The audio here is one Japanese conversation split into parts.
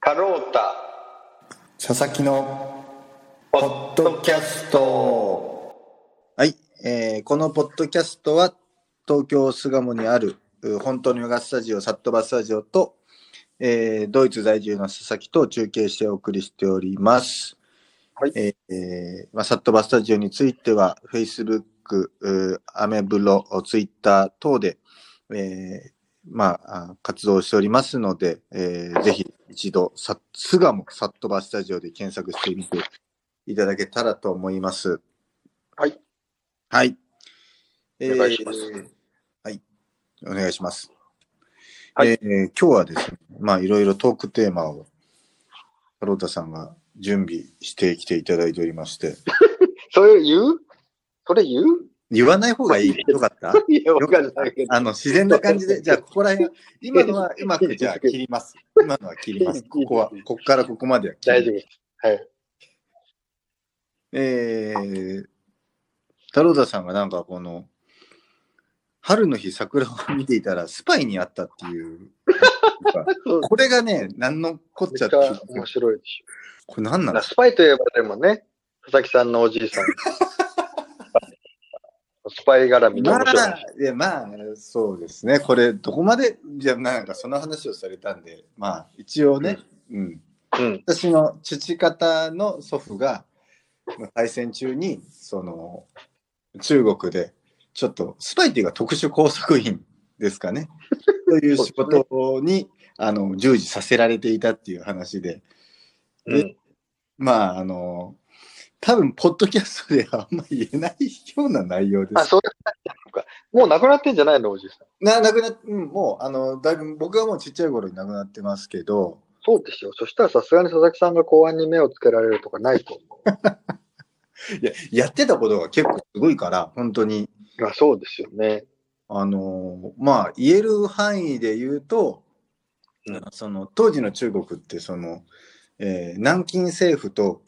カロータ佐々木のポポッドキャスト。はい、えーこのポッドキャストは東京巣鴨にあるう本当のヨガスタジオサットバスタジオと、えードイツ在住の佐々木と中継してお送りしております。はいえーえーまあ、サットバスタジオについては Facebook、うアメブロ、Twitter 等で、えーまあ、あ活動しておりますので、えーぜひ一度、さ巣鴨サットバスタジオで検索してみていただけたらと思います。はい。はい。お願いしますえーはい。お願いします。はいえー今日はですね、まあ、いろいろトークテーマを、太郎太さんが準備してきていただいておりまして、それ言うそれ言う言わない方がいい。よかったいや、わよかかんっないけど。た。あの、自然な感じで、じゃあ、ここら辺、今のはうまく、じゃあ、切ります。今のは切ります。ここは、ここからここまでは切りま大す丈夫です。はい。えー、太郎太さんがなんかこの、春の日桜を見ていたらスパイにあったっていう、そうこれがね、何のこっめっちゃちっていうゃ面白いでしこれ何なょ。のなスパイといえばでもね、佐々木さんのおじい さん。スパイ絡みのま面白い話あ、いやまあ、そうですね。これ、どこまで、じゃあなんかその話をされたんで、まあ、一応ね、うん、うん。私の父方の祖父がまあ大戦中にその中国でちょっとスパイっていうか特殊工作員です かねという仕事にあの従事させられていたっていう話でうん、まああの多分ポッドキャストではあんまり言えないような内容であ、す。そういうか。もう亡くなってんじゃないの、おじいさん。ななくなっうんもうあのだいぶ僕はもうちっちゃい頃に亡くなってますけどそうですよ。そしたらさすがに佐々木さんが公安に目をつけられるとかないと思いややってたことが結構すごいから本当にう。まあ、そうですよね。あのまあ言える範囲で言うと、うんその当時の中国ってその、えー南京政府と、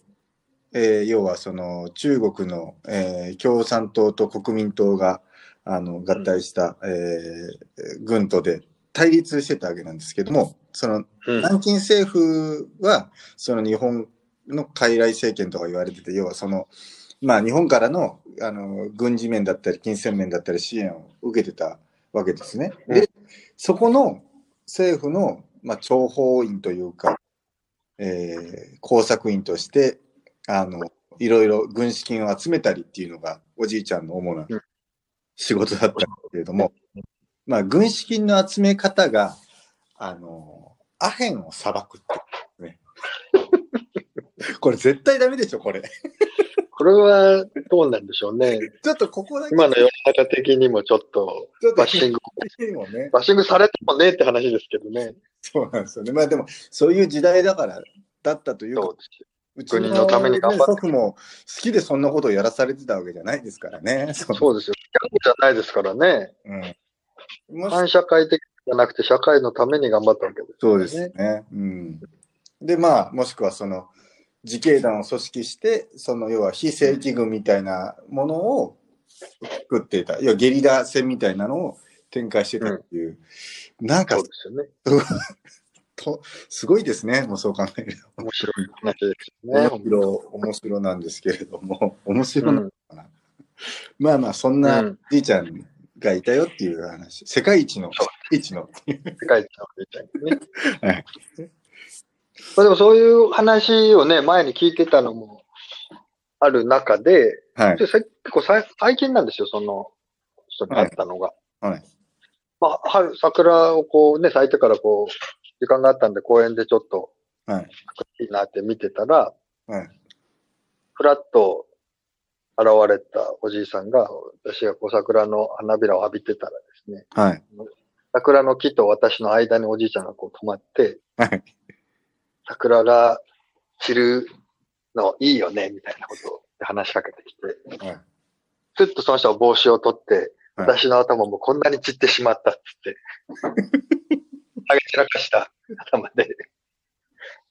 えー要はその中国の、えー共産党と国民党があの合体した、えー軍とで対立してたわけなんですけどもそのうん。南京政府はその日本の傀儡政権とか言われてて要はその、まあ、日本からのあの軍事面だったり金銭面だったり支援を受けてたわけですね。うんでそこの政府の、まあ、諜報員というか、えー工作員としてあのいろいろ軍資金を集めたりっていうのがおじいちゃんの主な仕事だったんですけれども、まあ、軍資金の集め方があのアヘンを裁くって、ね、 これ絶対ダメでしょこれこれはどうなんでしょうね。ちょっとここだけ今の世の中的にもちょっとちょっとバッシング、も ねバッシングされてもねえって話ですけどね。そうなんですよねまあでもそういう時代だからだったというそかうですよう国のために頑張ってね祖父も好きでそんなことをやらされてたわけじゃないですからねそそうですよ。ギャングじゃないですからね。うん、もし反社会的じゃなくて社会のために頑張ったわけです。そうですね。うん、でまあもしくはその自警団を組織してその要は非正規軍みたいなものを作っていた要はゲリラ戦みたいなのを展開してたっていう、なんかそうですよね。とすごいですねもうそう考える面白い話ですと、よね。面白面白なんですけれども面白うなのんかな、まあまあそんうなんじいちゃんがいたよっていう話世界一のそう世界一の世界一のみたいなね。 はいまあでもそういう話をね、前に聞いてたのもある中で、はいでさ結構さい最近なんですよ、その人に会ったのが。はいはいまあ、春、桜をこうね、咲いてからこう、時間があったんで公園でちょっと、はいいいなって見てたら、はいふらっと現れたおじいさんが、私がこう桜の花びらを浴びてたらですね、はい 桜の木と私の間におじいちゃんがこう止まって、はい桜が散るのいいよね、みたいなことを話しかけてきて、はいずっとその人は帽子を取って、はい私の頭もこんなに散ってしまったっつって、あげ散らかした頭で、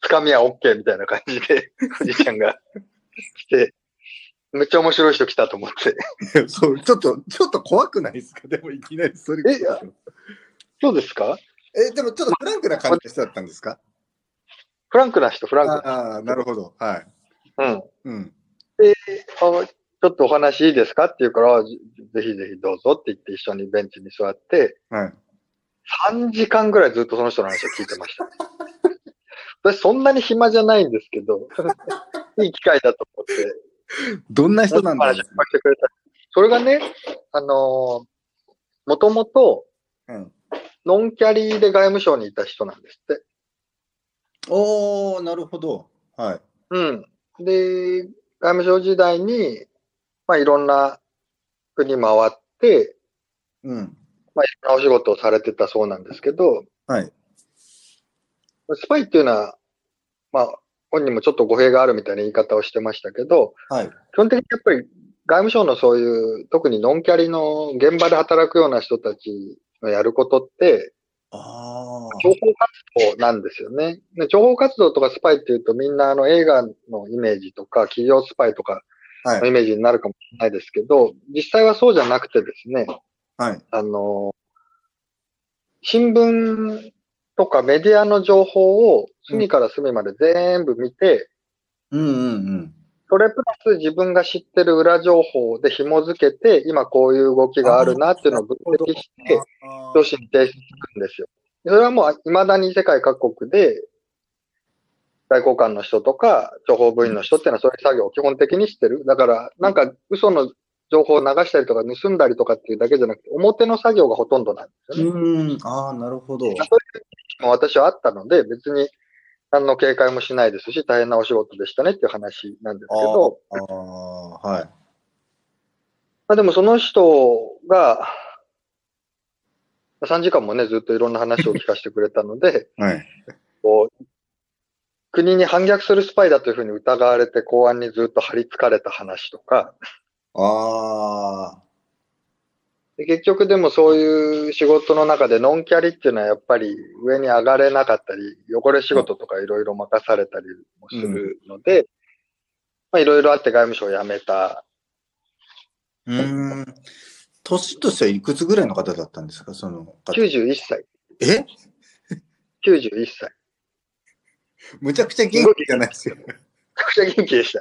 つかみは OK みたいな感じで、 おじいちゃんが来て、めっちゃ面白い人来たと思って。そう、ちょっと、ちょっと怖くないですかでもいきなりそれ。えいやそうですかえ、でもちょっとフランクな感じの人だったんですかフランクな人、フランク。ああ、なるほど。はい。うん。うん。で、あのちょっとお話いいですかって言うから、ぜぜひぜひどうぞって言って一緒にベンチに座って、はい。 3時間ぐらいずっとその人の話を聞いてました。 私そんなに暇じゃないんですけ ど、いい機会だと思って、どんな人なんだ話を聞かせてくれた。それがね、あのー、もともと、うん。ノンキャリーで外務省にいた人なんですって。おー、なるほど。はい。うん。で、外務省時代に、まあいろんな国回って、うん。まあ、いろんなお仕事をされてたそうなんですけど、はい。スパイっていうのは、まあ、本人もちょっと語弊があるみたいな言い方をしてましたけど、はい。基本的にやっぱり外務省のそういう、特にノンキャリの現場で働くような人たちのやることって、あ情報活動なんですよね。で情報活動とかスパイっていうとみんなあの映画のイメージとか企業スパイとかあ。はのい。イメージになるかもしれないですけど、実際はそうじゃなくてですね、はい。あの、新聞とかメディアの情報を隅から隅まで全部見て、うんうんうん。それプラス自分が知ってる裏情報で紐づけて、今こういう動きがあるなっていうのを分析して、あ上ー司に提出するんですよ。それはもう未だに世界各国で、外交官の人とか、情報部員の人っていうのはそういう作業を基本的にしてる。だから、なんか嘘の情報を流したりとか盗んだりとかっていうだけじゃなくて、表の作業がほとんどなんですよね。うん。ああ、なるほど。まあそういう時も私はあったので、別に何の警戒もしないですし、大変なお仕事でしたねっていう話なんですけど、ああ、はい。まあ、でもその人が、3時間もね、ずっといろんな話を聞かせてくれたので、 はい。こう国に反逆するスパイだというふうに疑われて公安にずっと張り付かれた話とか、ああ、で結局でもそういう仕事の中でノンキャリっていうのはやっぱり上に上がれなかったり、汚れ仕事とかいろいろ任されたりもするので、まあいろいろあって外務省を辞めた。うーん。年としてはいくつぐらいの方だったんですか、その方。 91歳。え91歳。むちゃくちゃ元気じゃないですよ。めちゃくちゃ元気でした。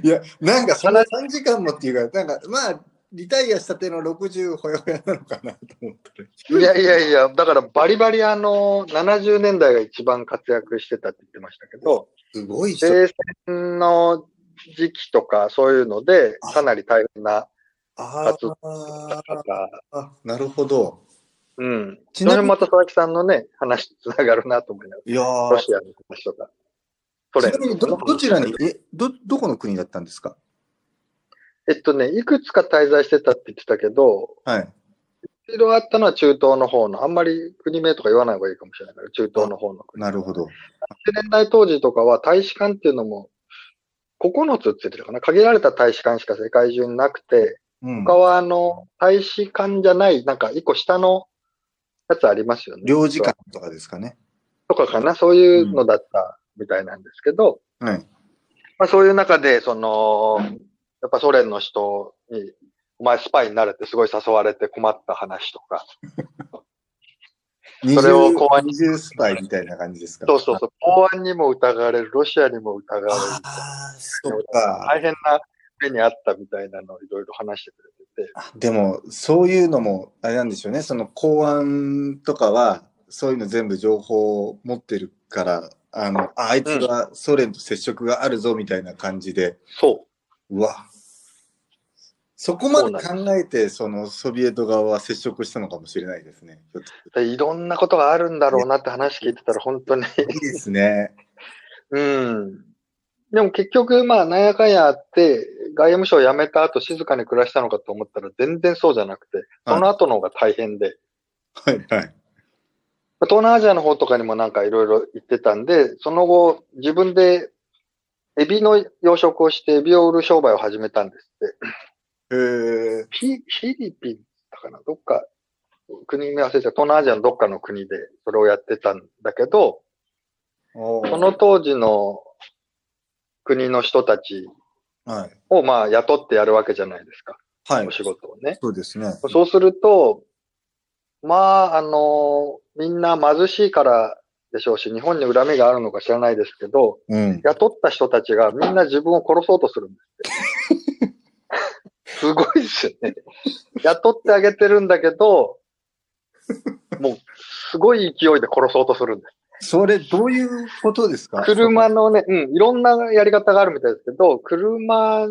いや、なんかその3時間もっていうか、なんかまあ、リタイアしたての60ほやほやなのかなと思ったら。いやいやいや、だからバリバリあの、70年代が一番活躍してたって言ってましたけど、すごい人。冷戦の時期とかそういうので、かなり大変なあ活動ー方。あ、なるほど。うん。ちそなみれにもまた佐々木さんのね、話つながるなと思いながいやら、ローシアの話とか。ソち連なみにど、どちらに、え、ど、どこの国だったんですかえっとね、いくつか滞在してたって言ってたけど、はい。いろいろあったのは中東の方の、あんまり国名とか言わない方がいいかもしれないから、中東の方の国。なるほど。 80年代当時とかは大使館っていうのも、9つって言ってたかな限られた大使館しか世界中になくて、うん。他はあの、大使館じゃない、なんか一個下のやつありますよね。領事館とかですかね。とかかなそういうのだったみたいなんですけど、はい。まあ、そういう中で、その、やっぱソ連の人に、お前スパイになれってすごい誘われて困った話とか、そそれを公安二重スパイみたいな感じですかそうそうそう、公安にも疑われる、ロシアにも疑われるあ、あ、そうか。大変な目にあったみたいなのをいろいろ話してくれてて、でも、そういうのも、あれなんでしょうね。その公安とかは、そういうの全部情報を持ってるから、あの、ああいつはソ連と接触があるぞみたいな感じで、そうわ。そこまでそう考えて、そのソビエト側は接触したのかもしれないですね。ひょっとう、でいろんなことがあるんだろうなって話聞いてたら本当に、いいですね。 うん。でも結局、まあ、なんやかんやあって、外務省を辞めた後静かに暮らしたのかと思ったら全然そうじゃなくて、はいその後の方が大変で、はいはい。東南アジアの方とかにもなんかいろいろ行ってたんで、その後自分でエビの養殖をしてエビを売る商売を始めたんですって。えー、フィフィリピンだかなどっか、国名忘れちゃった。東南アジアのどっかの国でそれをやってたんだけど、おーその当時の国の人たちはい。をまあ雇ってやるわけじゃないですか。はいお。仕事をね。そうですね。そうすると、まあ、あの、みんな貧しいからでしょうし、日本に恨みがあるのか知らないですけど、うん。雇った人たちがみんな自分を殺そうとするんですって。すごいですよね。雇ってあげてるんだけど、もう、すごい勢いで殺そうとするんです。それ、どういうことですか車のね、うん、いろんなやり方があるみたいですけど、車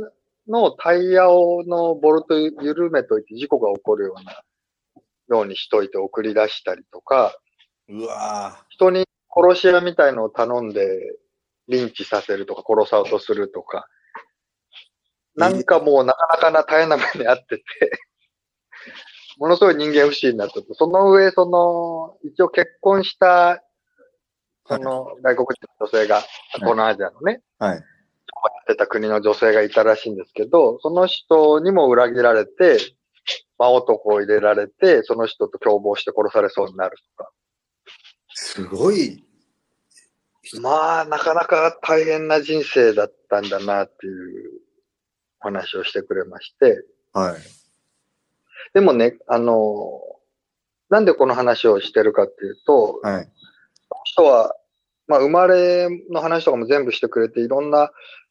のタイヤをのボルト緩めといて事故が起こるようなようにしといて送り出したりとか、うわ人に殺し屋みたいのを頼んで、リンチさせるとか、殺そうとするとか、なんかもうなかなかな大変な目にあってて、 ものすごい人間不信になってて、その上、その、一応結婚した、その、外国人の女性が、東南アジアのね、ぁ。はい。やってた国の女性がいたらしいんですけど、その人にも裏切られて、真男を入れられて、その人と共謀して殺されそうになるとか。すごい。まあ、なかなか大変な人生だったんだなっていうお話をしてくれまして。はい。でもね、あの、なんでこの話をしてるかっていうと、こはい。の人は、まあ、生まれの話とかも全部してくれて、いろんな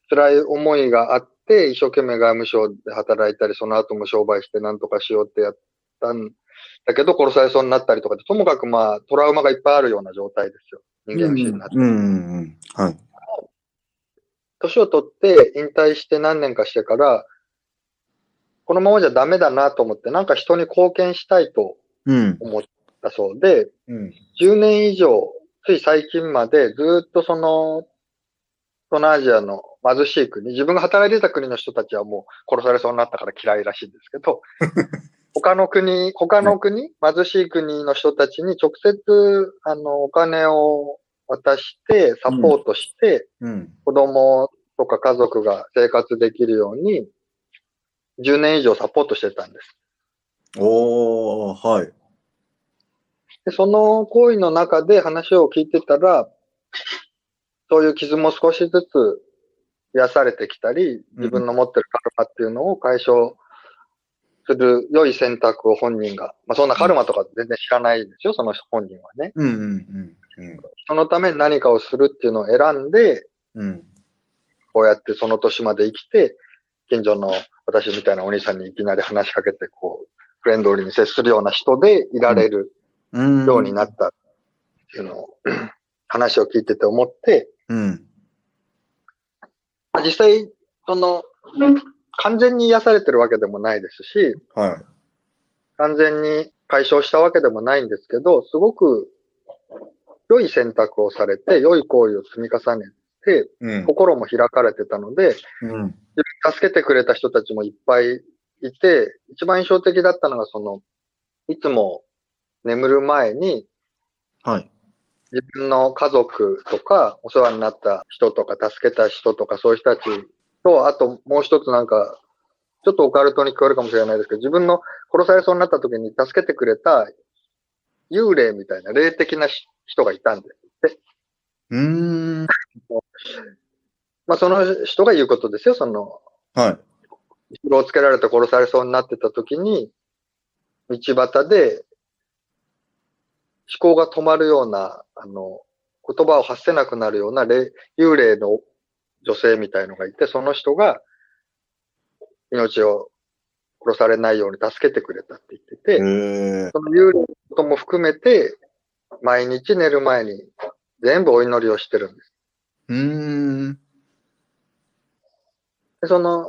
辛い思いがあって、一生懸命外務省で働いたり、その後も商売して何とかしようってやったんだけど、殺されそうになったりとかで、ともかくまあ、トラウマがいっぱいあるような状態ですよ。人間不信になって。うんうんうん。はい。年を取って引退して何年かしてから、このままじゃダメだなと思って、なんか人に貢献したいとうん。思ったそうで、うん。 10年以上、つい最近までずっとその、東南アジアの貧しい国、自分が働いてた国の人たちはもう殺されそうになったから嫌いらしいんですけど、他の国、他の国、貧しい国の人たちに直接、あの、お金を渡して、サポートして、うん。子供とか家族が生活できるように、10年以上サポートしてたんです。おー、はい。でその行為の中で話を聞いてたら、そういう傷も少しずつ癒されてきたり、自分の持ってるカルマっていうのを解消する良い選択を本人が、まあそんなカルマとか全然知らないですよ、その本人はね。うんうんうん。そのために何かをするっていうのを選んで、うん。こうやってその年まで生きて、近所の私みたいなお兄さんにいきなり話しかけて、こう、フレンドリーに接するような人でいられるうん。ようになったっていうのを、話を聞いてて思って、うん。まあ実際、その、完全に癒されてるわけでもないですし、は完全に解消したわけでもないんですけど、すごく良い選択をされて、良い行為を積み重ねて、い。うん。心も開かれてたので、うん。助けてくれた人たちもいっぱいいて、一番印象的だったのが、その、いつも眠る前に、はい。自分の家族とか、お世話になった人とか、助けた人とか、そういう人たちと、あともう一つなんか、ちょっとオカルトに聞こえるかもしれないですけど、自分の殺されそうになった時に助けてくれた幽霊みたいな、霊的なし人がいたんで、うーん。まあその人が言うことですよ、その、はい。後ろをつけられて殺されそうになってた時に、道端で思考が止まるような、あの、言葉を発せなくなるような霊幽霊の女性みたいのがいて、その人が命を殺されないように助けてくれたって言ってて、えー。その幽霊のことも含めて、毎日寝る前に全部お祈りをしてるんですうーん。でその、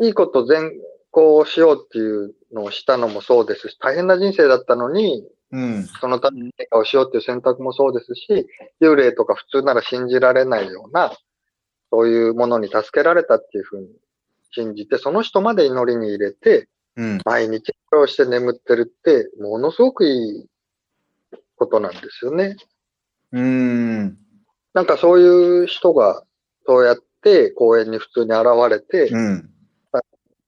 いいこと全行をしようっていうのをしたのもそうですし、大変な人生だったのに、うん。そのために何かをしようっていう選択もそうですし、幽霊とか普通なら信じられないような、そういうものに助けられたっていうふうに信じて、その人まで祈りに入れて、うん。毎日これをして眠ってるって、ものすごくいいことなんですよね。うーん。なんかそういう人が、そうやって公園に普通に現れて、うん。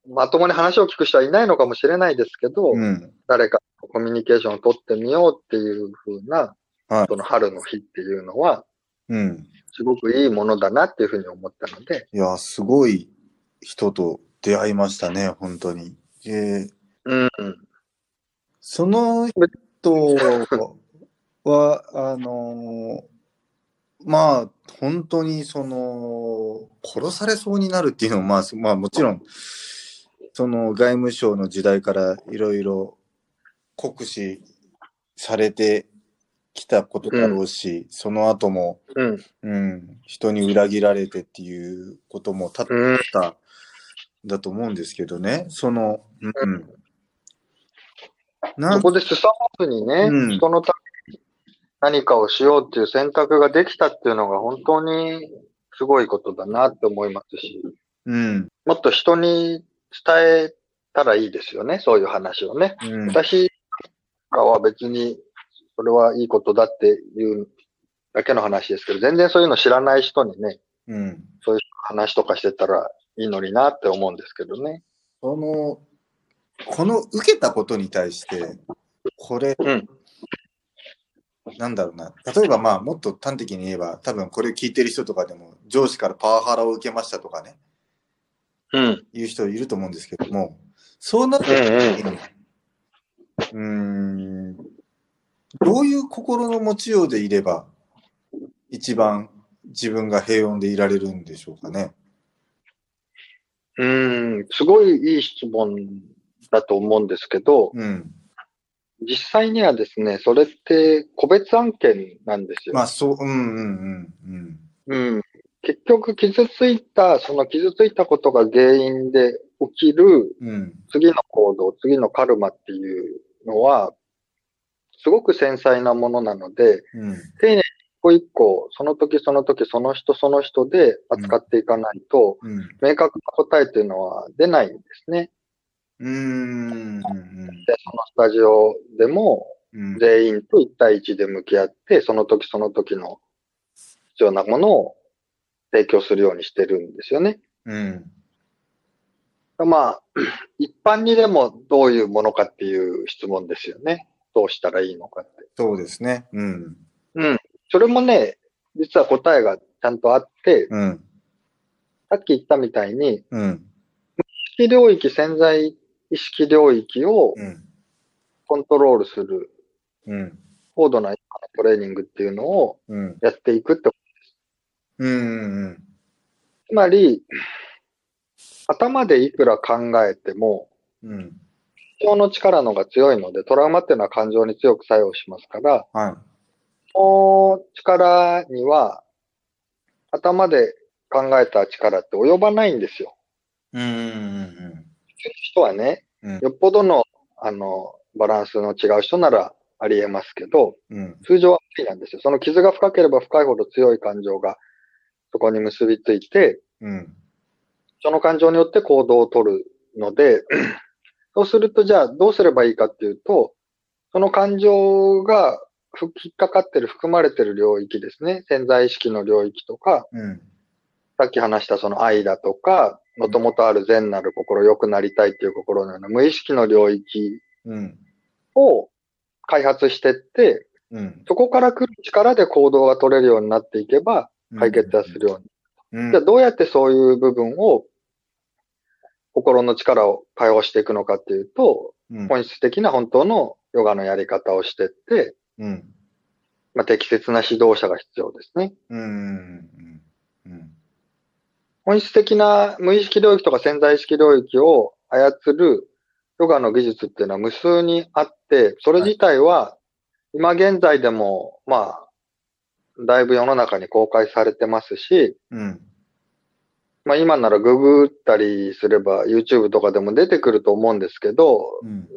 まともに話を聞く人はいないのかもしれないですけど、うん。誰かとコミュニケーションを取ってみようっていう風な、はいその春の日っていうのは、うん。すごくいいものだなっていうふうに思ったので、いや、すごい人と出会いましたね、本当に。えーうん。その人は、あのーまあ、本当に、その、殺されそうになるっていうのも、まあ、そまあ、もちろん、その外務省の時代からいろいろ酷使されてきたことだろうし、その後も、うん。うん、人に裏切られてっていうことも多々うん。っただと思うんですけどね、その、うん。なそんこですさまずにね、うん人のために何かをしようっていう選択ができたっていうのが本当にすごいことだなって思いますし、うん、もっと人に伝えたらいいですよね、そういう話をね。うん、私らは別に、それはいいことだっていうだけの話ですけど、全然そういうの知らない人にね、うん。話とかしてたらいいのになって思うんですけどね。その、この受けたことに対して、これ、うん。なんだろうな、例えばまあ、もっと端的に言えば、多分これ聞いてる人とかでも、上司からパワハラを受けましたとかね、うん。いう人いると思うんですけども、そうなった時に、うーん、どういう心の持ちようでいれば、一番自分が平穏でいられるんでしょうかね。うん。すごいいい質問だと思うんですけど、うん。実際にはですね、それって個別案件なんですよ。まあ、そう、うんうんうんうん。うん。結局、傷ついた、その傷ついたことが原因で起きるうん、次の行動、次のカルマっていうのは、すごく繊細なものなので、うん、一個一個、その時その時、その人その人で扱っていかないと、うん。う明確な答えというのは出ないんですね。ーん、うで、んそのスタジオでも、うん。全員と一対一で向き合って、その時その時の必要なものを提供するようにしてるんですよね。うん、まあ、一般にでもどういうものかっていう質問ですよね。どうしたらいいのかって。そうですね。うん、うん。それもね、実は答えがちゃんとあって、うん、さっき言ったみたいに、うん、意識領域、潜在意識領域をうん、コントロールするうん、高度なトレーニングっていうのをうん、やっていくって。うん、うん、つまり、頭でいくら考えても、うん、感情の力の方が強いので、トラウマっていうのは感情に強く作用しますから、はい。この力には、頭で考えた力って及ばないんですよ。うん、うん、人はね、うんよっぽどの、あの、バランスの違う人ならありえますけど、うん、通常は無理なんですよ。その傷が深ければ深いほど強い感情がそこに結びついて、うん、その感情によって行動をとるので、 そうするとじゃあどうすればいいかっていうと、その感情が引っかかってる、含まれてる領域ですね。潜在意識の領域とか、うん、さっき話したその愛だとか、もともとある善なる心、良くなりたいっていう心のような無意識の領域うん、を開発してって、うん。そこから来る力で行動が取れるようになっていけば、解決はするように。うん。じゃあどうやってそういう部分を、心の力を解放していくのかっていうと、うん、本質的な本当のヨガのやり方をしてって、うん、まあ、適切な指導者が必要ですね。うん、うん、本質的な無意識領域とか潜在意識領域を操るヨガの技術っていうのは無数にあって、それ自体は今現在でも、まあ、だいぶ世の中に公開されてますし、うん、まあ今ならググったりすれば YouTube とかでも出てくると思うんですけど、うん、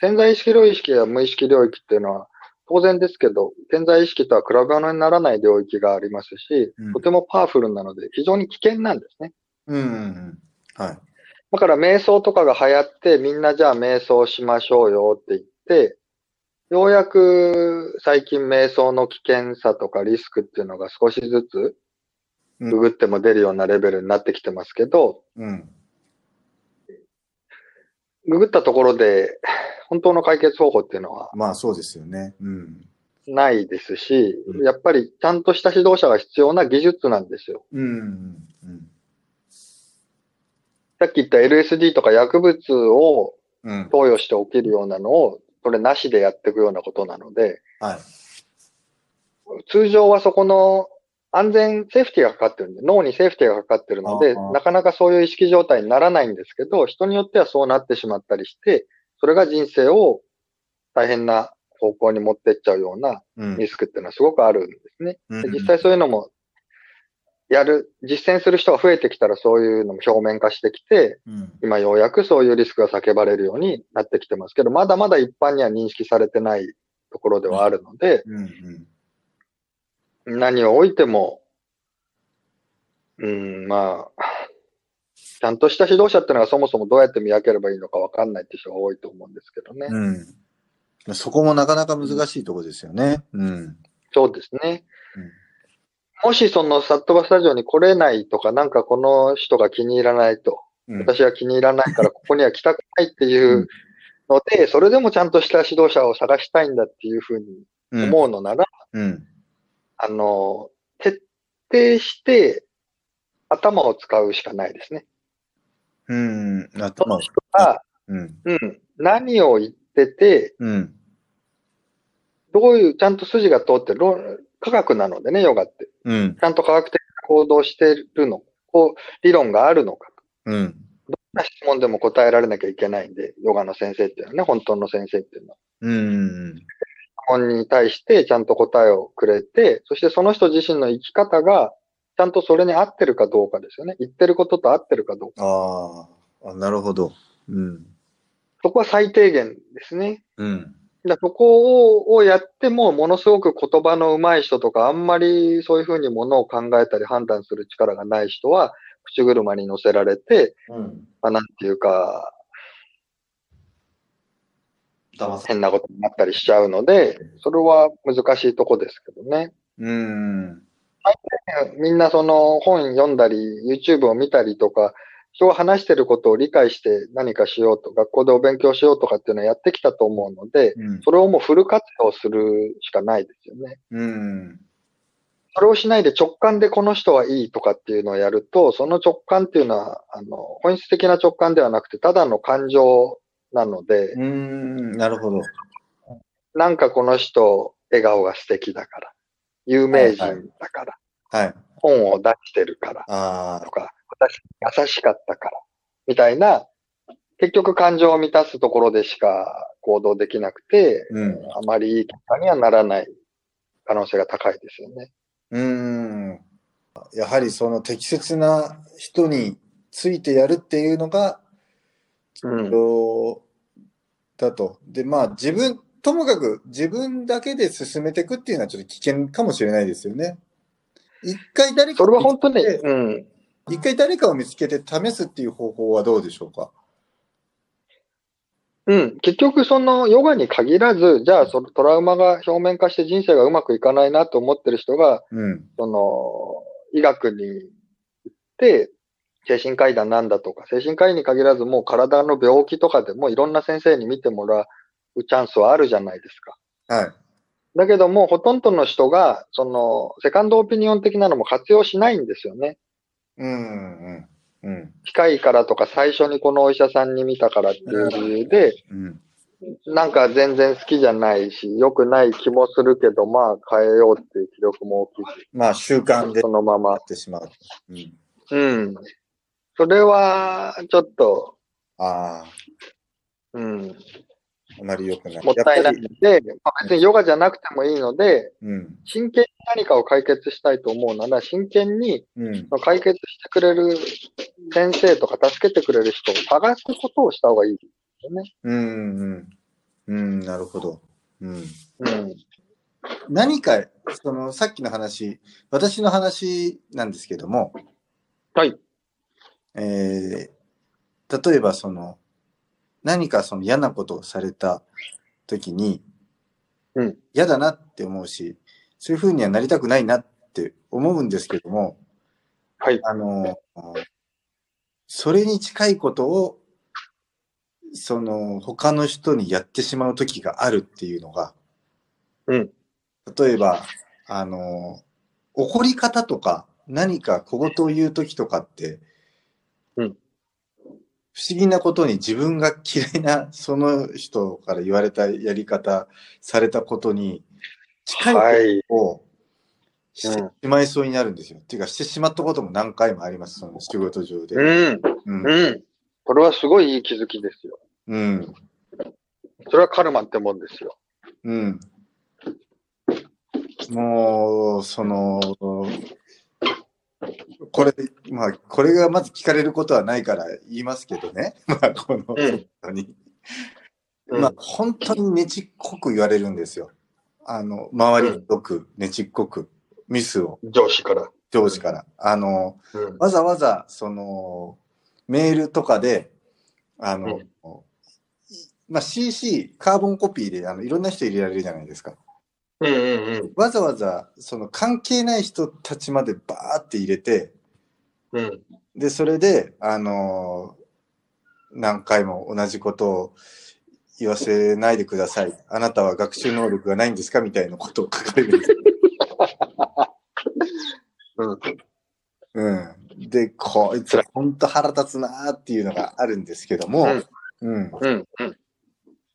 潜在意識領域や無意識領域っていうのは当然ですけど、潜在意識とは比べ物にならない領域がありますし、うんとてもパワフルなので非常に危険なんですね。うん、はい。だから瞑想とかが流行って、みんなじゃあ瞑想しましょうよって言って、ようやく最近瞑想の危険さとかリスクっていうのが少しずつ、うんググっても出るようなレベルになってきてますけど、うん、ググったところで本当の解決方法っていうのはまあそうですよね。うん、ないですしう、んやっぱりちゃんとした指導者が必要な技術なんですよ。うん、うん、さっき言った LSD とか薬物をうん、投与して起きるようなのを、それなしでやっていくようなことなので、はい。通常はそこの安全、セーフティーがかかってるんで、脳にセーフティーがかかってるので、あーなかなかそういう意識状態にならないんですけど、人によってはそうなってしまったりして、それが人生を大変な方向に持ってっちゃうようなうんリスクっていうのはすごくあるんですね。うでん実際そういうのも、やる、実践する人が増えてきたらそういうのも表面化してきて、うん今ようやくそういうリスクが叫ばれるようになってきてますけど、まだまだ一般には認識されてないところではあるので、うんうん何を置いても、うん、まあ、ちゃんとした指導者ってのがそもそもどうやって見分ければいいのかわかんないって人が多いと思うんですけどね。うん、そこもなかなか難しいとこですよね。うん。そうですねうん。もしそのサットバスタジオに来れないとか、なんかこの人が気に入らないと、うん私は気に入らないからここには来たくないっていうので、それでもちゃんとした指導者を探したいんだっていうふうに思うのなら、うん。あの、徹底して頭を使うしかないですね。うん。うん。そ頭のを人が、うん。うん、何を言ってて、うん。どういう、ちゃんと筋が通ってる、論科学なのでね、ヨガって。うん。ちゃんと科学的な行動してるの、こう、理論があるのか。うん。どんな質問でも答えられなきゃいけないんで、ヨガの先生っていうのはね、本当の先生っていうのは。うん。質問に対してちゃんと答えをくれて、そしてその人自身の生き方が、ちゃんとそれに合ってるかどうかですよね。言ってることと合ってるかどうか。あーあ、なるほど。うん。そこは最低限ですね。うん。だからそこををやっても、ものすごく言葉の上手い人とか、あんまりそういうふうにものを考えたり判断する力がない人は、口車に乗せられて、うん。まあ、なんていうか、騙さ変なことになったりしちゃうので、それは難しいとこですけどね。うん。みんなその本読んだり、YouTube を見たりとか、人が話してることを理解して何かしようと、学校でお勉強しようとかっていうのはやってきたと思うので、うん。それをもうフル活用するしかないですよね。うん。それをしないで直感でこの人はいいとかっていうのをやると、その直感っていうのは、あの、本質的な直感ではなくて、ただの感情なので、うん。なるほど。なんかこの人、笑顔が素敵だから、有名人だから、はい。本を出してるから、あとか、私優しかったから、みたいな、結局感情を満たすところでしか行動できなくて、うんあまりいい結果にはならない可能性が高いですよね。あ。うん。やはりその適切な人についてやるっていうのがうん。とだと。で、まあ自分、ともかく自分だけで進めていくっていうのはちょっと危険かもしれないですよね。一回誰かそれは本当に、ええうん。一回誰かを見つけて試すっていう方法はどうでしょうかうん、結局そのヨガに限らず、じゃあそのトラウマが表面化して人生がうまくいかないなと思ってる人が、うん。その医学に行って、精神科医だなんだとか、精神科医に限らずもう体の病気とかでもいろんな先生に見てもらうチャンスはあるじゃないですか。はい。だけども、ほとんどの人が、その、セカンドオピニオン的なのも活用しないんですよね。うん、うん、うん、機械からとか最初にこのお医者さんに見たからっていう理由で、うん、なんか全然好きじゃないし、良くない気もするけど、まあ変えようっていう気力も大きいし、まあ習慣でそのまやまっ。てしまう。うん、うん。それは、ちょっと、ああ、うん、あまり良くない。もったいないやっぱりので、まあ別にヨガじゃなくてもいいので、うん、真剣に何かを解決したいと思うなら、真剣にうん、解決してくれる先生とか助けてくれる人を探すことをした方がいいですよね。うん、うん、うん、なるほど。うん。うん。何か、その、さっきの話、私の話なんですけども、はい。えー例えばその、何かその嫌なことをされた時に、うん嫌だなって思うし、そういうふうにはなりたくないなって思うんですけども、はい。あの、それに近いことを、その、他の人にやってしまう時があるっていうのが、うん例えば、あの、怒り方とか、何か小言を言う時とかって、うん不思議なことに自分が嫌いな、その人から言われたやり方、されたことに、近いはい。をしてしまいそうになるんですよ。っていうか、してしまったことも何回もあります、その仕事上で。うん。うん。うん。これはすごいいい気づきですよ。うん。それはカルマってもんですよ。うん。もう、その、これ、まあ、これがまず聞かれることはないから言いますけどね。 まあ、この、うん本当に。うんまあ、本当にねちっこく言われるんですよ。あの、周りによく、ねちっこく、ミスを、上司から。上司から。あの、うん。わざわざ、その、メールとかで、あの、まあ、CC、カーボンコピーで、あの、いろんな人入れられるじゃないですか。うんうんわざわざ、その、関係ない人たちまでバーって入れて、うん。うん。で、それで、あの、何回も同じことを言わせないでください。あなたは学習能力がないんですかみたいなことを書かれるんです。うん。うん。で、こいつら本当腹立つなーっていうのがあるんですけども、うん。うん。うん。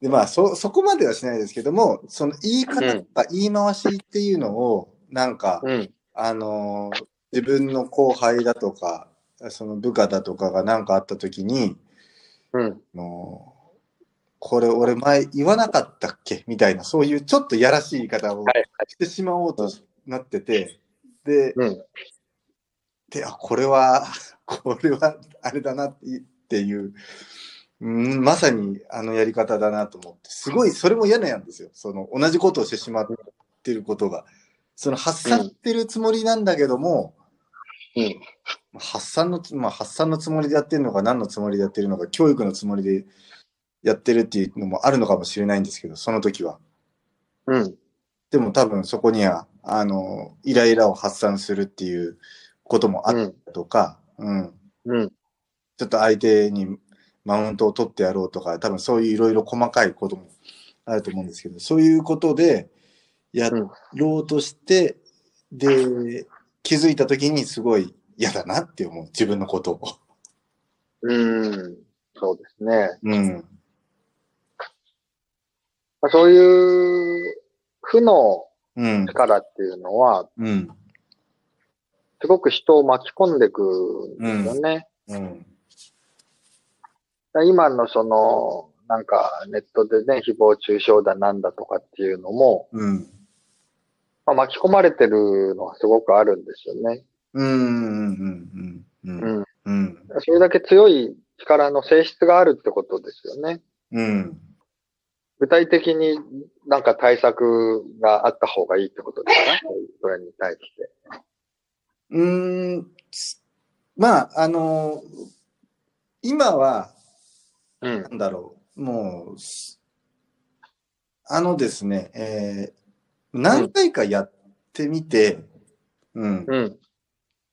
で、まあ、そ、そこまではしないですけども、その言い方とか言い回しっていうのを、なんか、うん。あのー自分の後輩だとか、その部下だとかが何かあった時に、うん。あのーこれ俺前言わなかったっけみたいな、そういうちょっとやらしい言い方をはいしてしまおうとなってて、で、うん。で、あ、これは、 これはあれだなっていう、うん、まさにあのやり方だなと思って、すごい、それも嫌なんですよ。その、同じことをしてしまってることが。その、発散してるつもりなんだけども、うん。発散のつ、まあ、発散のつもりでやってるのか、何のつもりでやってるのか、教育のつもりでやってるっていうのもあるのかもしれないんですけど、その時は。うん。でも多分そこには、あの、イライラを発散するっていうこともあっうん。たとか、うん。うん。ちょっと相手にマウントを取ってやろうとか、多分そういういろいろ細かいこともあると思うんですけど、そういうことでやうんろうとして、で、気づいた時にすごい嫌だなって思う、自分のことを。うん。そうですね。うん。まあそういう負のうん。力っていうのは、うん。すごく人を巻き込んでいくんですよね。うん。今のその、なんかネットでね、誹謗中傷だなんだとかっていうのも、うん。まあ、巻き込まれてるのはすごくあるんですよね。うん。うん。うん。うん。うん。うん。それだけ強い力の性質があるってことですよね。うん。具体的になんか対策があった方がいいってことですかね。それに対して。うーん、まあ、あの今は、うんな。んだろう、もう、すあのですね、えー何回かやってみて、うん、うん。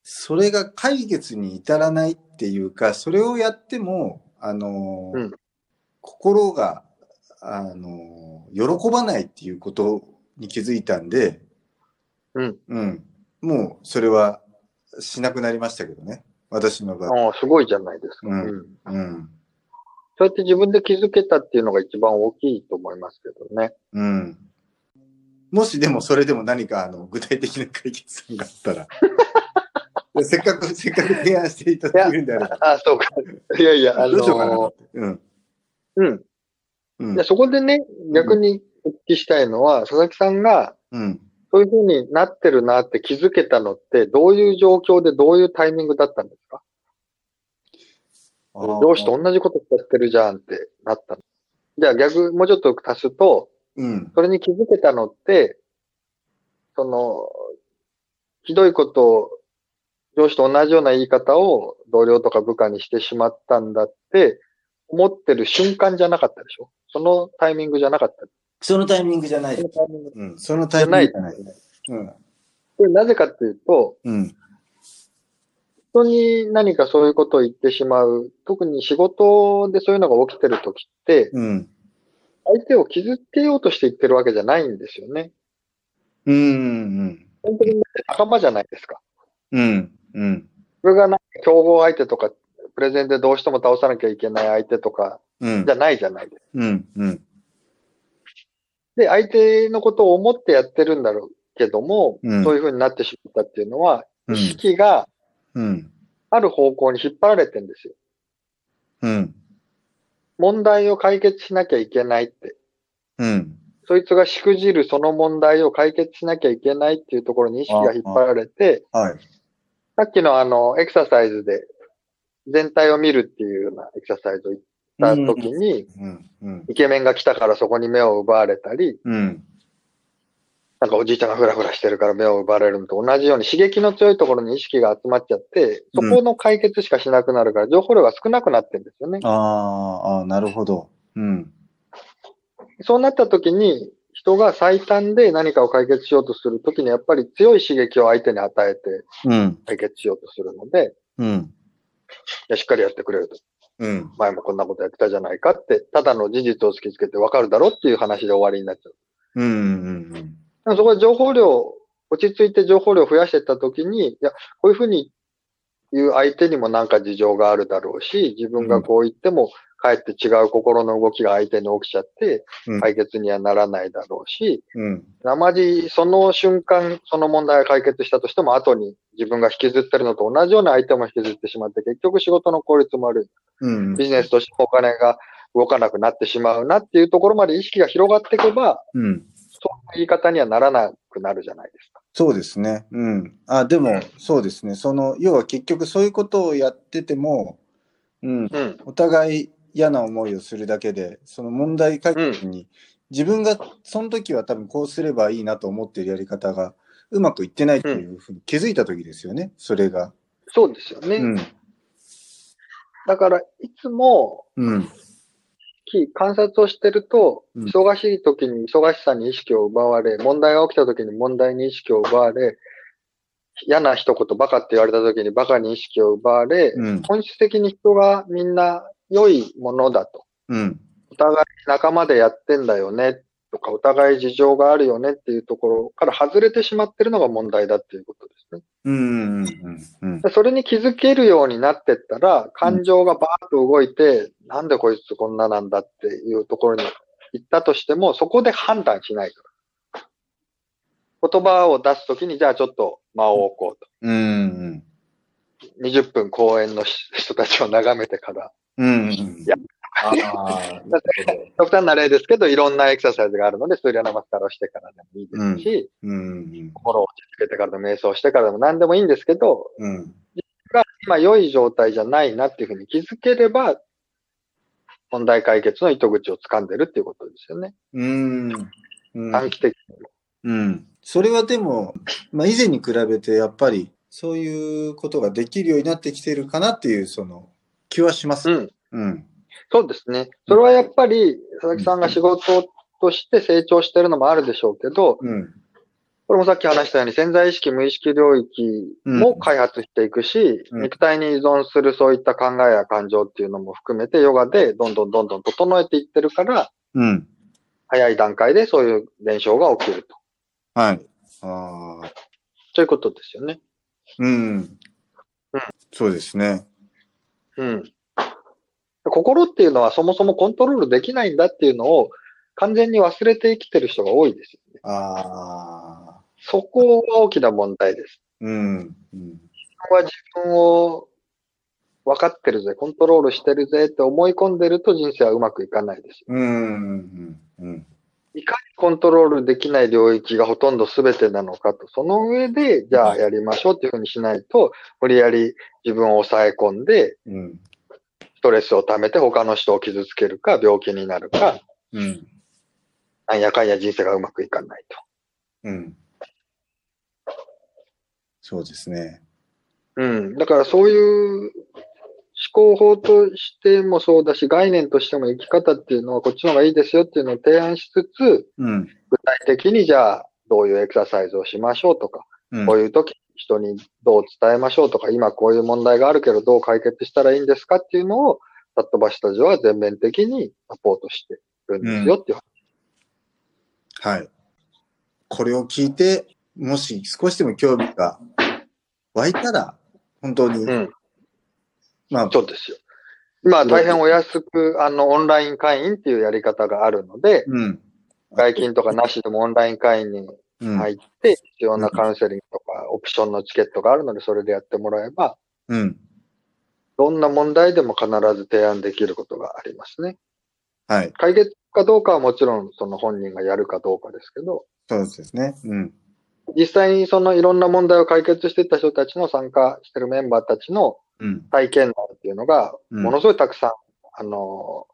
それが解決に至らないっていうか、それをやっても、あのうん心が、あの喜ばないっていうことに気づいたんで、うん。うん、もうそれはしなくなりましたけどね、私の場合。ああ、すごいじゃないですか。うんうんうんそうやって自分で気づけたっていうのが一番大きいと思いますけどね。うん。もしでもそれでも何かあの具体的な解決策があった ら。いやせっかく、せっかく提案していただけるんであれば。ああ、そうか。 いやいや、あのどうしようかなと思って。うん。うん。ういんや、。そこでね、逆にお聞きしたいのは、佐々木さんが、うん。そういうふうになってるなって気づけたのって、どういう状況でどういうタイミングだったんですか上司と同じことしちゃってるじゃんってなったの。じゃあ逆、もうちょっと足すと、うん。それに気づけたのって、その、ひどいことを、上司と同じような言い方を同僚とか部下にしてしまったんだって、思ってる瞬間じゃなかったでしょそのタイミングじゃなかった。そのタイミングじゃないその。タイミングうん。そのじタイゃミンないグじゃない。うん。これなぜかっていうと、うん。人に何かそういうことを言ってしまう、特に仕事でそういうのが起きてるときって、うん。相手を傷つけようとして言ってるわけじゃないんですよね。うん。うん。本当に仲間じゃないですか。うん。うん。それがなんか競合相手とか、プレゼンでどうしても倒さなきゃいけない相手とかうんじゃ。ないじゃないですか。うん。うん。で、相手のことを思ってやってるんだろうけども、うんそういう風になってしまったっていうのは、う意ん。識がうん。ある方向に引っ張られてんですよ。うん。問題を解決しなきゃいけないって。うん。そいつがしくじるその問題を解決しなきゃいけないっていうところに意識が引っ張られて、はい。さっきのあの、エクササイズで全体を見るっていうようなエクササイズを言った時に、うん。うん。イケメンが来たからそこに目を奪われたり、うん。なんかおじいちゃんがフラフラしてるから目を奪われるのと同じように刺激の強いところに意識が集まっちゃって、そこの解決しかしなくなるから情報量が少なくなってるんですよね。あーあー、なるほど。うん。そうなった時に人が最短で何かを解決しようとするときにやっぱり強い刺激を相手に与えてうん。解決しようとするので、うん。いやしっかりやってくれると。うん。前もこんなことやってたじゃないかって、ただの事実を突きつけてわかるだろっていう話で終わりになっちゃう。うん。うん。でもそこで情報量、落ち着いて情報量を増やしていったときに、いや、こういうふうに言う相手にもなんか事情があるだろうし、自分がこう言っても、かえって違う心の動きが相手に起きちゃってうん、解決にはならないだろうし、うん。なまじその瞬間、その問題が解決したとしても、後に自分が引きずってるのと同じような相手も引きずってしまって、結局仕事の効率も悪い。うん。ビジネスとしてもお金が動かなくなってしまうなっていうところまで意識が広がっていけば、うそうん。いう言い方にはならなくなるじゃないですか。そうですね。うん。あ、でも、そうですね。その、要は結局そういうことをやってても、うん。うん。お互い嫌な思いをするだけで、その問題解決に、自分がその時は多分こうすればいいなと思ってるやり方がうまくいってないっていうふうに気づいた時ですよね、それが。そうですよね。うん。だから、いつも、うん。き観察をしてると、うん忙しい時に忙しさに意識を奪われ、問題が起きた時に問題に意識を奪われ、嫌な一言バカって言われた時にバカに意識を奪われ、うん。本質的に人がみんな良いものだと。うん。お互い仲間でやってんだよねとか、お互い事情があるよねっていうところから外れてしまってるのが問題だっていうことですね。うん。うん。うん。でそれに気づけるようになってったら、感情がバーッと動いて、なんでこいつこんななんだっていうところに行ったとしても、そこで判断しないから。言葉を出すときに、じゃあちょっと間を置こううん。と。20分公演の人たちを眺めてから、うん。ああ、なるほど。極端な例ですけど、いろんなエクササイズがあるので、数量のマスカラをしてからでもいいですし、うん。心を落ち着けてからでも瞑想してからでも何でもいいんですけど、うん。今良い状態じゃないなっていうふうに気づければ、問題解決の糸口を掴んでるっていうことですよね。うん。短期的うん、それはでも、まあ、以前に比べてやっぱりそういうことができるようになってきてるかなっていうその気はしまに。す。うん。うん。そうですね。それはやっぱり、佐々木さんが仕事として成長してるのもあるでしょうけど、うん。これもさっき話したように潜在意識、無意識領域も開発していくし、うん肉体に依存するそういった考えや感情っていうのも含めて、ヨガでどんどんどんどん整えていってるから、うん。早い段階でそういう現象が起きると。はい。ああ。ということですよね。うん。そうですね。うん。心っていうのはそもそもコントロールできないんだっていうのを完全に忘れて生きてる人が多いですよね。ああ。そこが大きな問題です。うん。うん。自分は自分を分かってるぜ、コントロールしてるぜって思い込んでると人生はうまくいかないです。うん。うん。いかにコントロールできない領域がほとんど全てなのかと、その上で、じゃあやりましょうっていうふうにしないと、無理やり自分を抑え込んで、うん。ストレスを溜めて他の人を傷つけるか、病気になるか、うん。なんやかんや人生がうまくいかないと。うん。そうですね。うん。だからそういう思考法としてもそうだし、概念としても生き方っていうのはこっちの方がいいですよっていうのを提案しつつ、うん。具体的にじゃあどういうエクササイズをしましょうとか、うんこういう時人にどう伝えましょうとか、今こういう問題があるけどどう解決したらいいんですかっていうのを、サットバスタジオは全面的にサポートしてるんですよっていう。はい。これを聞いて、もし少しでも興味が湧いたら、本当に、うんまあ、そうですよ。今大変お安く、あの、オンライン会員っていうやり方があるので、うん。外勤とかなしでもオンライン会員にうん。入って、必要なカウンセリングとか、オプションのチケットがあるので、それでやってもらえば、うん。どんな問題でも必ず提案できることがありますね。はい。解決かどうかはもちろん、その本人がやるかどうかですけど、そうですね。うん。実際にそのいろんな問題を解決していった人たちの参加してるメンバーたちのうん。体験談っていうのが、うんものすごいたくさん、あの、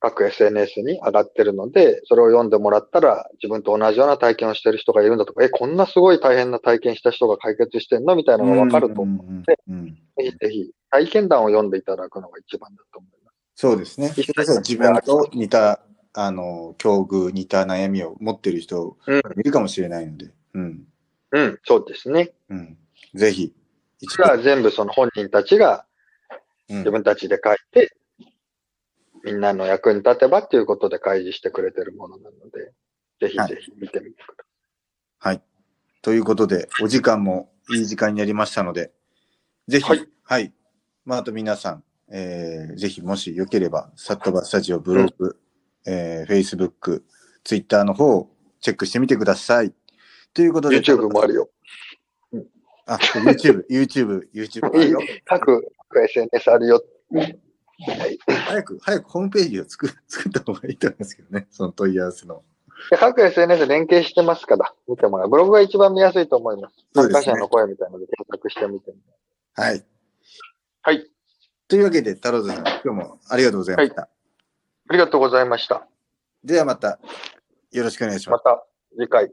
各 SNS に上がってるので、それを読んでもらったら、自分と同じような体験をしてる人がいるんだとか、え、こんなすごい大変な体験した人が解決してんのみたいなのがわかると、うんうんうんうんぜひぜひ体験談を読んでいただくのが一番だと思います。そうですね。一緒そうそう自分と似た、あの、境遇、似た悩みを持ってる人うんがいるかもしれないので、うん。うん、そうですね。うん。ぜひ、一じゃあ全部その本人たちがうん自分たちで書いて、みんなの役に立てばっていうことで開示してくれてるものなので、ぜひぜひ見てみてくだはい。ということで、お時間もいい時間になりましたので、ぜひ、ははいい。まあ、あと皆さん、えーぜひ、もしよければ、サットバスタジオ、ブログ、えー、Facebook、Twitter の方をチェックしてみてください。ということさい。で、 YouTube もあるよ。あ、YouTube、YouTube、YouTube あるよ。各、各 SNS あるよ。はい。早く、早くホームページを作 作った方がいいと思いますけどね、その問い合わせの。で各 SNS 連携してますから、見てもらう。ブログが一番見やすいと思います。そ参うです加ね者の声みたいなので検索してみてもはい。らう。はい。というわけで、太郎さん、今日もありがとうございました。ありがとうございました。ではまた、よろしくお願いしますま。た次回。